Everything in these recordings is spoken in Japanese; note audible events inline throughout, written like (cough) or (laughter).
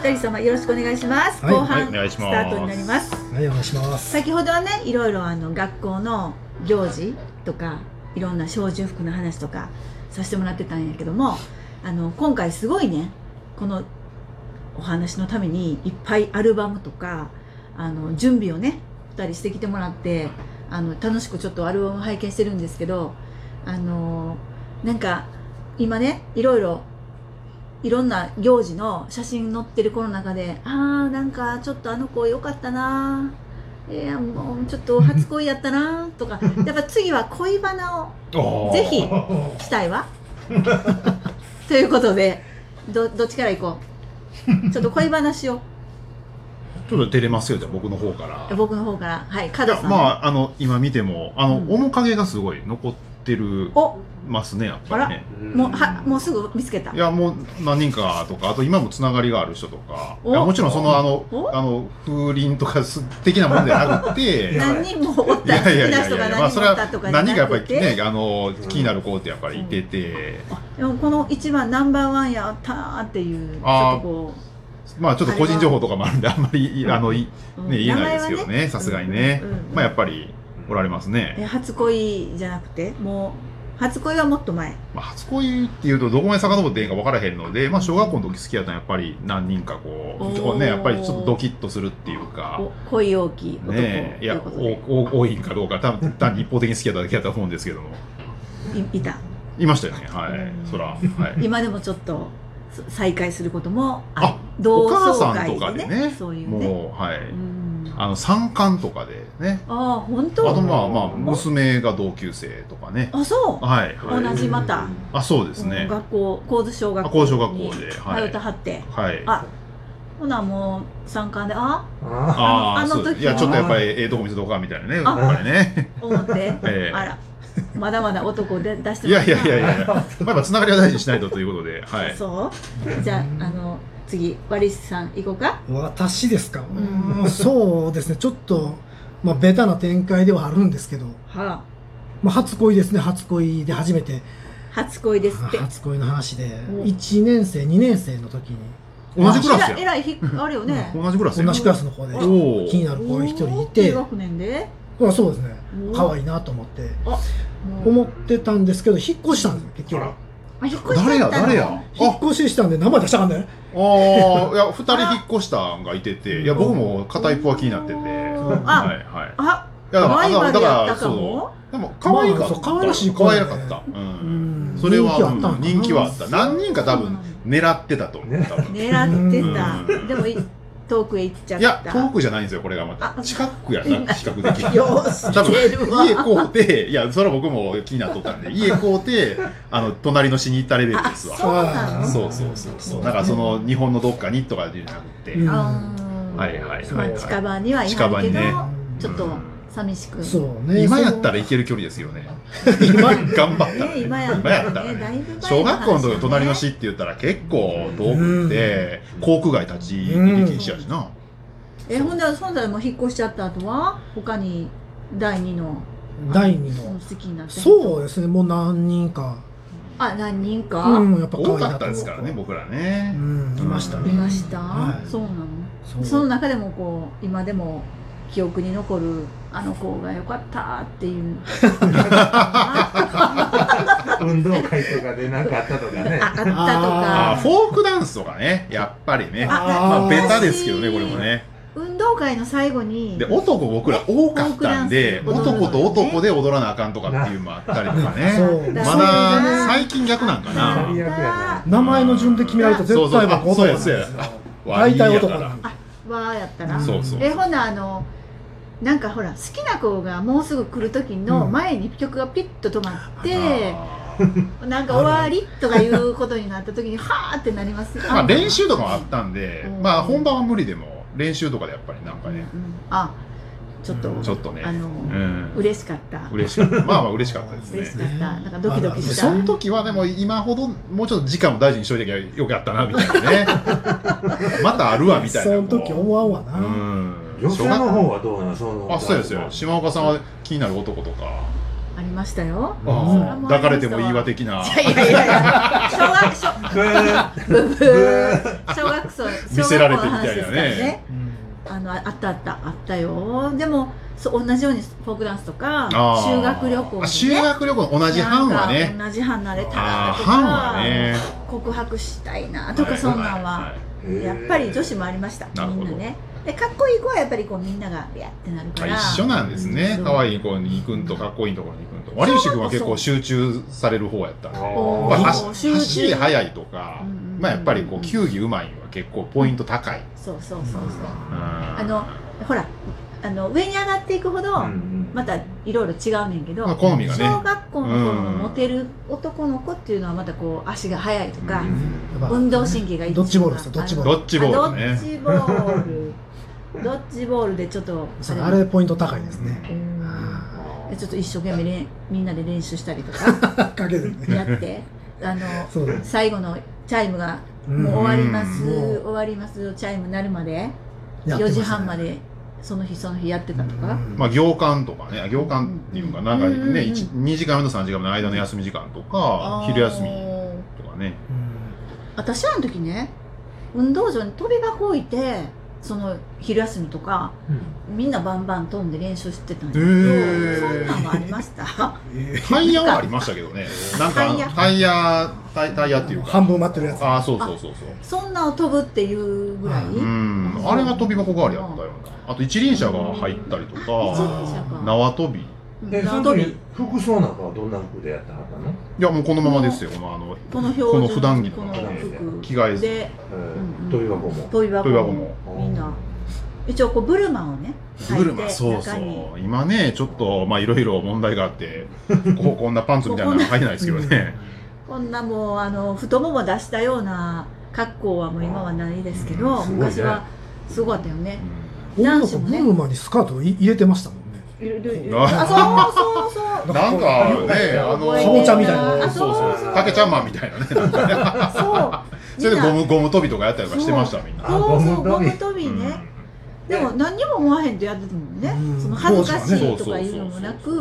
人様よろしくお願いします、はい後半、はいお願いスしタますートになりますはい、お願いします。先ほどはねいろいろあの学校の行事とかいろんな小中服の話とかさせてもらってたんやけどもあの今回すごいねこのお話のためにいっぱいアルバムとかあの準備をね2人してきてもらってあの楽しくちょっとアルバム拝見してるんですけどあのなんか今ねいろいろいろんな行事の写真載ってる子の中でああんかちょっとあの子良かったなえー、もうちょっと初恋やったなと (laughs) かやっぱ次は恋バナおをーぜひしたいわ (laughs) ということでどどっちから行こ (laughs) うちょっと恋バナしよちょっと照れますよじゃあ僕の方からう僕の方からはいい角やさん、まああの今見てもあの、うん面影がすごい残ってるおますねやっぱりねもうはもうすぐ見つけたいやもう何人かとかあと今もつながりがある人とかいおやもちろんそのあのおあの風鈴とかす的なもんじゃ (laughs) なくていや何人もおったい好きやいやいなやい人がやいやまあ何そ人れもおったはとかじゃ何がやなっぱくりて、ねあの気になる子ってやっぱりいてて、でもこの一番ナンバーワンやったーっていうちょあっとーこまあちょっと個人情報とかもあるんであんまりあのい、う、うんね、言えないですけどねさすがにね、うんうんうんまあやっぱりおられますね、え初恋じゃなくてもう初恋はもっと前まあ、初恋っていうとどこまで遡っていいんか分からへんので、まあ、小学校の時好きやったのはやっぱり何人かこおうーこうねやっぱりちょっとドキッとするっていうかお恋大きい男、ねえいというやことおでお多いんかどうか多分単に一方的に好きやっただけやと思うんですけどもいいたいましたよねはうんいそら、はい、今でもちょっとそ再会することも (laughs) あるあ同お窓母さん会とかででねねそういうね、もうはいうんああの三冠とかでねあ本あ当とまあまあ娘が同級生とかねあそう、はい、はい、同じまたあそうですね学校高津小学あ高津校小学に校通ではいったはって、はいあほなもう参観であああああのそう時いやちょっとやっぱりええとこ見せとこうかみたいなねやっぱりね思 (laughs) って、ええあらまだまだ男で出していやいやいやいややいや、まあ、やっぱつながりは大事にしないとということで、はい。そうじゃああの次ワリスさん行こうか私ですか。うんんそうですね。ちょっとまあベタな展開ではあるんですけど、はまあ初恋ですね。初恋で初めてあ初恋ですって初恋の話でお1年生2年生の時に同じクラスえらや。いえらいひあるよね同じクラスや。同じクラスの子でおお気になる子が一人い低て、学年でまあそうですね。可い愛いなと思っても思ってたんですけど引っ越したんですよ結あ局ら。あ引っ越しち誰ゃや、ったの誰や。引あっ、越ししたんで生出したかんだよね。あ (laughs) あ、いや、二人引っ越したんがいてて、いや、僕も片一方は気になってあて。はい、はい。あいや、だからライバあルやっの、だかたら、かそもう。でも、可愛かまあっそうた。可愛らしい子可だ愛よらねかった。う。うんんそれは人気あったんかうなん人気はあった。何人か多分狙ってたと思う。多分狙ってうんたでもい遠くへ行っちゃっいや、た遠くじゃないんですよ、これがまた。あ近くやな、比較的に。 (laughs) よし多分知ってるわ家買うて、いや、それは僕も気になっとった (laughs) んで、家買うて、あの、隣のしに行ったレベルですあわ。そうなのあそうそうそうそう。なんかその、日本のどっかにとかじゃなくて、うんあーはいはいまはあい近場にはい近場ないけにどねちょっと寂しくそうね。今やったらい行ける距離ですよね。今 (laughs) 頑張ったらねね。今や今やったらねだいね。ぶ前の話ね小学校の時の隣の市って言ったら結構遠くて、航空街立ち入り禁止やしな。えほんでそんならもう引っ越しちゃった後は他に第二の第二そのの。好きになった人そうですね。もう何人か。あ何人か、うん、やっぱ可多愛いなと思かったですからね、僕らうね。ん、いましたいね。ました、はいそうなのそうその中でもこう今でも記憶に残るあの子が良かったっていうあ運動会とかでなんかあったとかねあったとあかーフォークダンスとかね、やっぱりね。まああ、ベタですけどね、これもね。運動会の最後にで男僕ら多かったんでフォークダンス男と男で踊らなあかんとかっていうのもあったりとそかあっうねたまそうだ最近逆なんかイタなリア役や名前の順で決められると絶対僕男そうそうなあんですよそう。大体男割合やなかんでわーやったら、うんそうそうえほなあのなんかほら好きな子がもうすぐ来る時の前に曲がピッと止まって、あーなんか終わりとかいうことになった時にはーってなりますよまあ練習とかもあったんでうんまあ本番は無理でも練習とかでやっぱりなんかねうんあちょっと、ちょっとねあの、うん嬉しかった嬉しかったまあまあ嬉しかったです嬉しねかったなんかドキドキでしたその時はでも今ほどもうちょっと時間を大事にしといてきゃよかったなみたい (laughs) なねまたあるわみたいそなの時思わんわうな。ん吉田の方はどうなのそのあそうですよ島岡さんは気になる男とかありましたよ。あうんあ抱かれてもいい (laughs) わ的ないやいやいやいや小学小ブーブ (laughs) ブーブ小学生見せられてみたいな小ね学校の話ですからあのああったあったあったよでもそう同じようにフォークダンスとかあー修学旅行あ修学旅行の同じ班はなんねか同じ班なれたあらあとか班はね告白したいなとかそんなんは、いいー (laughs) やっぱり女子もありましたなるみほんどなねでかっこいい子はやっぱりこうみんながビャってなるからあ一緒なんですねうん可愛い子に行くんとかっこいいところに行くんと有吉君は結構集中される方やったんでおーまあおー走集中走り速いとかうんうんうんうんまあやっぱりこう球技うまいは結構ポイント高いそうそうそうそうああのほらあの上に上がっていくほど、またいろいろ違うねんけど、まあ好みがね小学校の頃のモテる男の子っていうのはまたこう足が速いとか、運動神経がいいドッジボールですよドッジボールドッジボールあドねッジボールドッジボールでちょっとそうあれポイント高いですねうんあでちょっと一生懸命れんみんなで練習したりとかーかけてるねやってあのそうです最後のチャイムがうんもう終わります、うん終わりますチャイム鳴るまでやって4ました時ね半までその日その日やってたとか、うんまあ行間とかね行間っていうかなんかうんうんうんね一2時間目と3時間目の間の休み時間とかあー昼休みとかね私らの時ね運動場に飛び箱置いてその昼休みとかみんなバンバン飛んで練習してたんですけど、へそーんなんもありました (laughs) えタイヤはありましたけどねなんタイかヤタイヤタイタイヤっていーうか半分待ってるやつああそうそうそうそうそんなんを飛ぶっていうぐらい、ううう一んあれが飛び箱代わりやったようなあと一輪車が入ったりとか輪車か縄跳びいで、そ縄の跳び時、服装なんかはどんな服でやったはったのやもうこのままですよこのあのこの表情この普段着とこのかね服着替えずでえーうんうん飛び箱も。飛び箱飛び箱もみんな一応こうブルマをねブルマ履いてそうそ中にう今ねちょっとまあいろいろ問題があってこうこんなパンツみたいなの入れないですけどねこんなもうあの太もも出したような格好はもう今はないですけど、うんすごいね昔はすごかったよね (laughs) う。ん女の子ブーマにスカートい入れてましたもんねいるいるいるなあそうそうそう。なんかね、あの、かぼちゃみたいなあそうそうそ、そうう竹ちゃんマンみたいなね、なんかねそう。それでゴみんなム、ゴム跳びとかやったりとかしてました、みんな。あそうそうゴゴムム跳跳びね。うんでも何にも思わへんとやってたもんねう。んその恥ずかしそいうそうとそうかいうのもなく、ん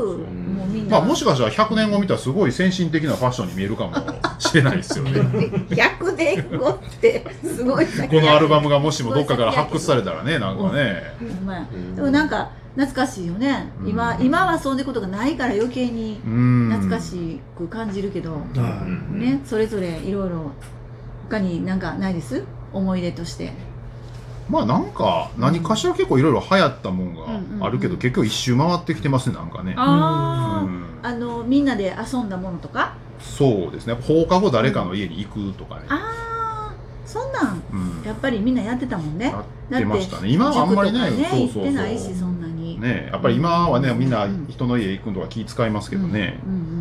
もうみんまな。あ、もしかしたら100年後見たらすごい先進的なファッションに見えるかもしれないですよね。 (laughs) 100年後ってすごい先こやのアルバムがもしもどっかから発掘されたらね、なんかね。ほんまやうんでもなんか懐かしいよね。今うん今はそういうことがないから余計にうん。懐かしく感じるけど。うはんね、それぞれいろいろ他になんかないです思い出としてまあなんか、何かしら結構いろいろ流行ったもんがあるけうんうんうど、ん結局一周回ってきてますね、なんかね。あうーんあのみんなで遊んだものとかそうですね。放課後誰かの家に行くとかね。あーそんなんうんやっぱりみんなやってたもんねやってましたね。今はあんまりね、塾とかそうねそうそう行ってないしそんなに、ねやっぱり今はねみんなうん人の家行くのとか気使いますけどね、うんうん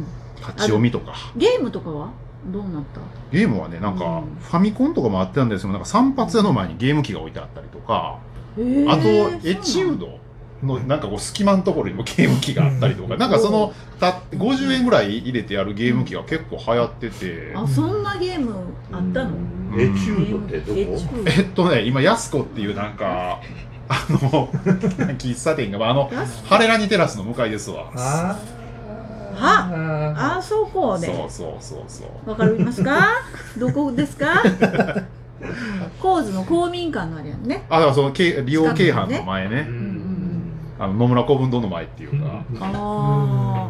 立ち読みとかうんゲームとかはどうなったゲームはねなんかうんファミコンとかもあってたんですけどなんか散髪屋の前にゲーム機が置いてあったりとか、あとエチュードドのなんかこう隙間のところにもゲーム機があったりとか、うんなんかそのた50円ぐらい入れてやるゲーム機が結構流行ってて、あそんなゲームあったの、うんうんエチゲーュームドってどエチこュえーっとね今やすこっていうなんかあの喫茶店が、まあ、あのドやすハレラニテラスの向かいですわ。あああそうこうでそうそうそうそうわかります (laughs) かどこですか高津の公民館のあれやんねあ、だからその、け利用京阪の前ね、うんあの野村古文堂の前っていうか、ああ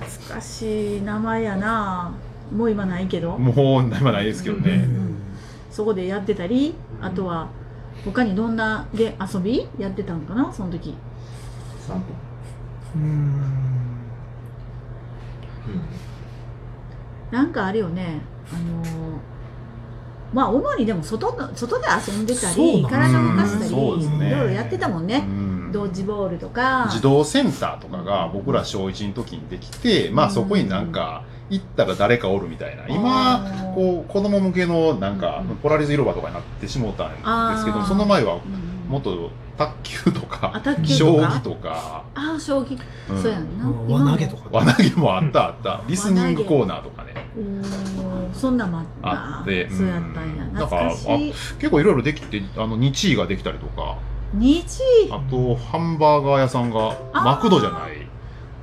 懐かしい名前やなもう今ないけどもう今ないですけどうね。んそこでやってたりあとは他にどんなで遊びやってたんかなその時散歩うんなんかあれよねあのーまあ主にでも外の外で遊んでたそうりなん体動かしたりいうんそうろですねいろやってたもんうね、んドッジボールとか児童センターとかが僕ら小1の時にできて、まあそこになんか行ったら誰かおるみたいな。今、あーこう子供向けのなんかうんポラリズ広場とかになってしもうたんですけあど、ーその前はうんもっと卓球とあか、卓球将とか棋とか、ああ将棋、うんそうやんな輪投げとか輪投げもあったあった、リスニングコーナーとかね。今もおーそんなんもあったあってそうやったんやうん懐かしい結構いろいろできてあの日位ができたりとか日あとハンバーガー屋さんがあーマクドじゃない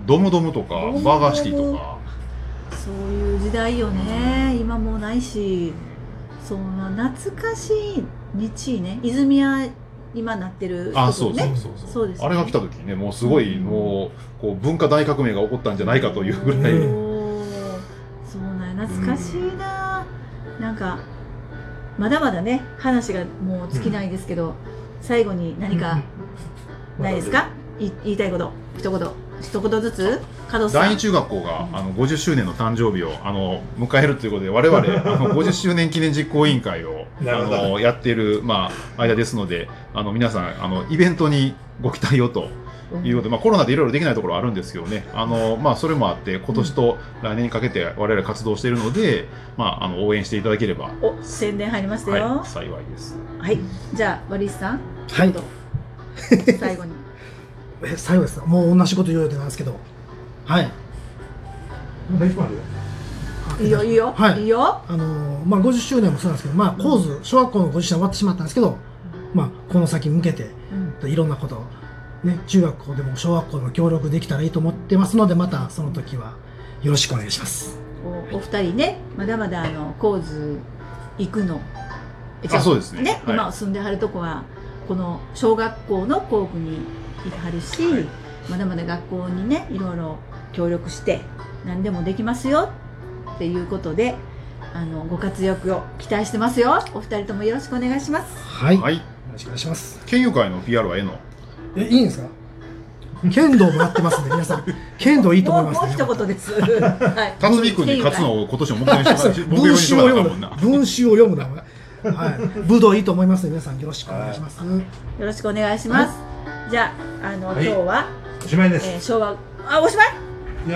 ドムドムとかドムドムバーガーシティとかそういう時代よね今もうないしそんな懐かしい日ね泉屋今なってるあとそこうねそうそうそうそうですねあれが来た時にねもうすごいうんもうこう文化大革命が起こったんじゃないかというぐらい、うんおーそうなんや懐かしいな、なんかまだまだね話がもう尽きないですけど、最後に何かないですか、い言いたいこと一言一言ずつ加藤さ第ん二中学校がうんあの50周年の誕生日をあの迎えるということで我々あの50周年記念実行委員会をあなるほどのやっている、まあ、間ですのであの皆さんあのイベントにご期待をということで、まあ、コロナでいろいろできないところはあるんですけどねあの、まあ、それもあって今年と来年にかけて我々活動しているので、まあ、あの応援していただければ、は、お宣伝入りましたよはい幸いです。い、じゃあワリスさんはい一言最後にえ最後ですかもう同じこと言うようでなんですけどはい大丈夫だよいいよいいよ、はいいよあのーまあ、50周年もそうなんですけど、まあ、構図小学校の50周年終わってしまったんですけど、まあ、この先向けてうんいろんなことを、ね、中学校でも小学校でも協力できたらいいと思ってますのでまたその時はよろしくお願いしますおお二人ねまだまだあの構図行くのえあそうですねね、はい今住んではるとこはこの小学校の校区にいてはるし、はいまだまだ学校にねいろいろ協力して何でもできますよっていうことであのご活躍を期待してますよお二人ともよろしくお願いしますはい、よはい、ろしくお願いします県友会の PR はええのえいいんですか剣道もやってますんで皆さん剣道いいと思いもうます、もう一ね、言 (laughs) です、はい辰巳君に勝つのを今年も目標にしそうた文目標にし集よをう読かったもむんなな。文集を読むなお前はい武道いいと思いますんで皆さんよろしくお願いします、よろしくお願いします、じゃああの、はい今日は、おしまいでえーす昭和あおしまい